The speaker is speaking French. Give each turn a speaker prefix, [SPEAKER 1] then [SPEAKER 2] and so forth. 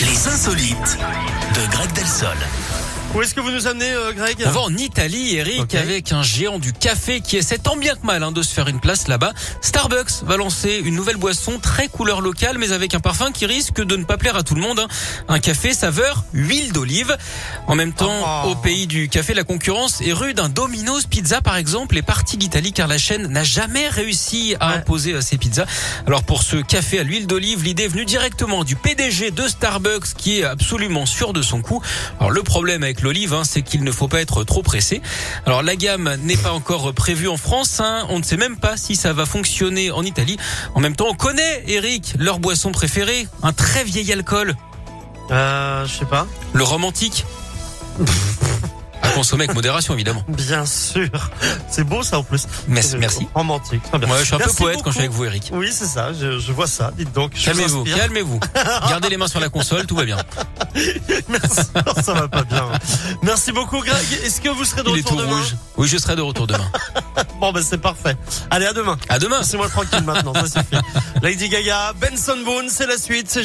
[SPEAKER 1] Les insolites de Greg Delsol.
[SPEAKER 2] Où est-ce que vous nous amenez, euh, Greg
[SPEAKER 3] On va en Italie, Eric,
[SPEAKER 2] Ok.
[SPEAKER 3] avec un géant du café qui essaie tant bien que mal hein, de se faire une place là-bas. Starbucks va lancer une nouvelle boisson très couleur locale, mais avec un parfum qui risque de ne pas plaire à tout le monde. hein. Un café saveur huile d'olive. En même temps,
[SPEAKER 2] Oh.
[SPEAKER 3] au pays du café, la concurrence est rude. Un Domino's Pizza, par exemple, est parti d'Italie car la chaîne n'a jamais réussi à
[SPEAKER 2] Ouais.
[SPEAKER 3] imposer euh, ses pizzas. Alors pour ce café à l'huile d'olive, l'idée est venue directement du PDG de Starbucks qui est absolument sûr de son coup. Alors le problème avec l'olive, hein, c'est qu'il ne faut pas être trop pressé. Alors la gamme n'est pas encore prévue en France. hein. On ne sait même pas si ça va fonctionner en Italie. En même temps, on connaît, Eric, leur boisson préférée, un très vieil alcool,
[SPEAKER 2] Euh, je sais pas.
[SPEAKER 3] le romantique. à consommer avec modération, évidemment.
[SPEAKER 2] Bien sûr. C'est beau ça en plus. Euh,
[SPEAKER 3] Merci. merci.
[SPEAKER 2] Romantique. Très bien.
[SPEAKER 3] Moi, je suis un peu
[SPEAKER 2] Merci
[SPEAKER 3] poète quand je suis avec
[SPEAKER 2] beaucoup.
[SPEAKER 3] vous, Eric.
[SPEAKER 2] Oui, c'est ça. Je, je vois ça. Dites donc. je vous
[SPEAKER 3] Calmez-vous,
[SPEAKER 2] inspire.
[SPEAKER 3] calmez-vous. Gardez les mains sur la console, tout va bien.
[SPEAKER 2] Merci. Non, ça va pas bien. Merci beaucoup, Greg. Est-ce que vous serez de
[SPEAKER 3] Il est
[SPEAKER 2] retour
[SPEAKER 3] tout
[SPEAKER 2] demain
[SPEAKER 3] rouge. Oui, je serai de retour demain.
[SPEAKER 2] Bon, ben c'est parfait. Allez, à demain.
[SPEAKER 3] À demain.
[SPEAKER 2] Laissez-moi tranquille maintenant. Ça suffit. Lady Gaga, Benson Boone, c'est la suite.